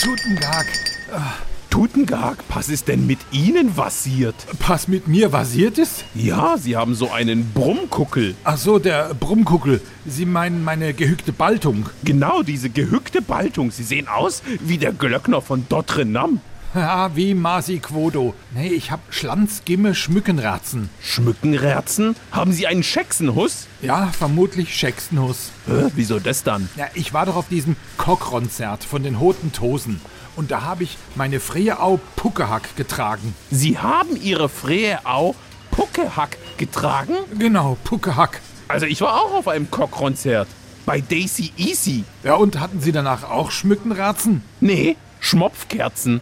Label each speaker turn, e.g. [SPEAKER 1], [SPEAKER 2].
[SPEAKER 1] Tutengag.
[SPEAKER 2] Tutengag, was ist denn mit Ihnen passiert?
[SPEAKER 1] Was mit mir vasiert ist?
[SPEAKER 2] Ja, Sie haben so einen Brummkuckel.
[SPEAKER 1] Ach so, der Brummkuckel. Sie meinen meine gehückte Baltung.
[SPEAKER 2] Genau, diese gehückte Baltung. Sie sehen aus wie der Glöckner von Dottrenam.
[SPEAKER 1] Ah, wie Masi Quodo. Nee, ich hab Schlanz, Gimme, Schmückenratzen.
[SPEAKER 2] Schmückenrerzen? Haben Sie einen Schexenhuss?
[SPEAKER 1] Ja, vermutlich Schexenhus.
[SPEAKER 2] Hä, wieso das dann?
[SPEAKER 1] Ja, ich war doch auf diesem Kockkonzert von den Hoten Tosen. Und da habe ich meine Freeau Puckehack getragen.
[SPEAKER 2] Sie haben Ihre Freau Puckehack getragen?
[SPEAKER 1] Genau, Puckehack.
[SPEAKER 2] Also ich war auch auf einem Kockkonzert. Bei Daisy Easy.
[SPEAKER 1] Ja, und hatten Sie danach auch Schmückenratzen?
[SPEAKER 2] Nee, Schmopfkerzen.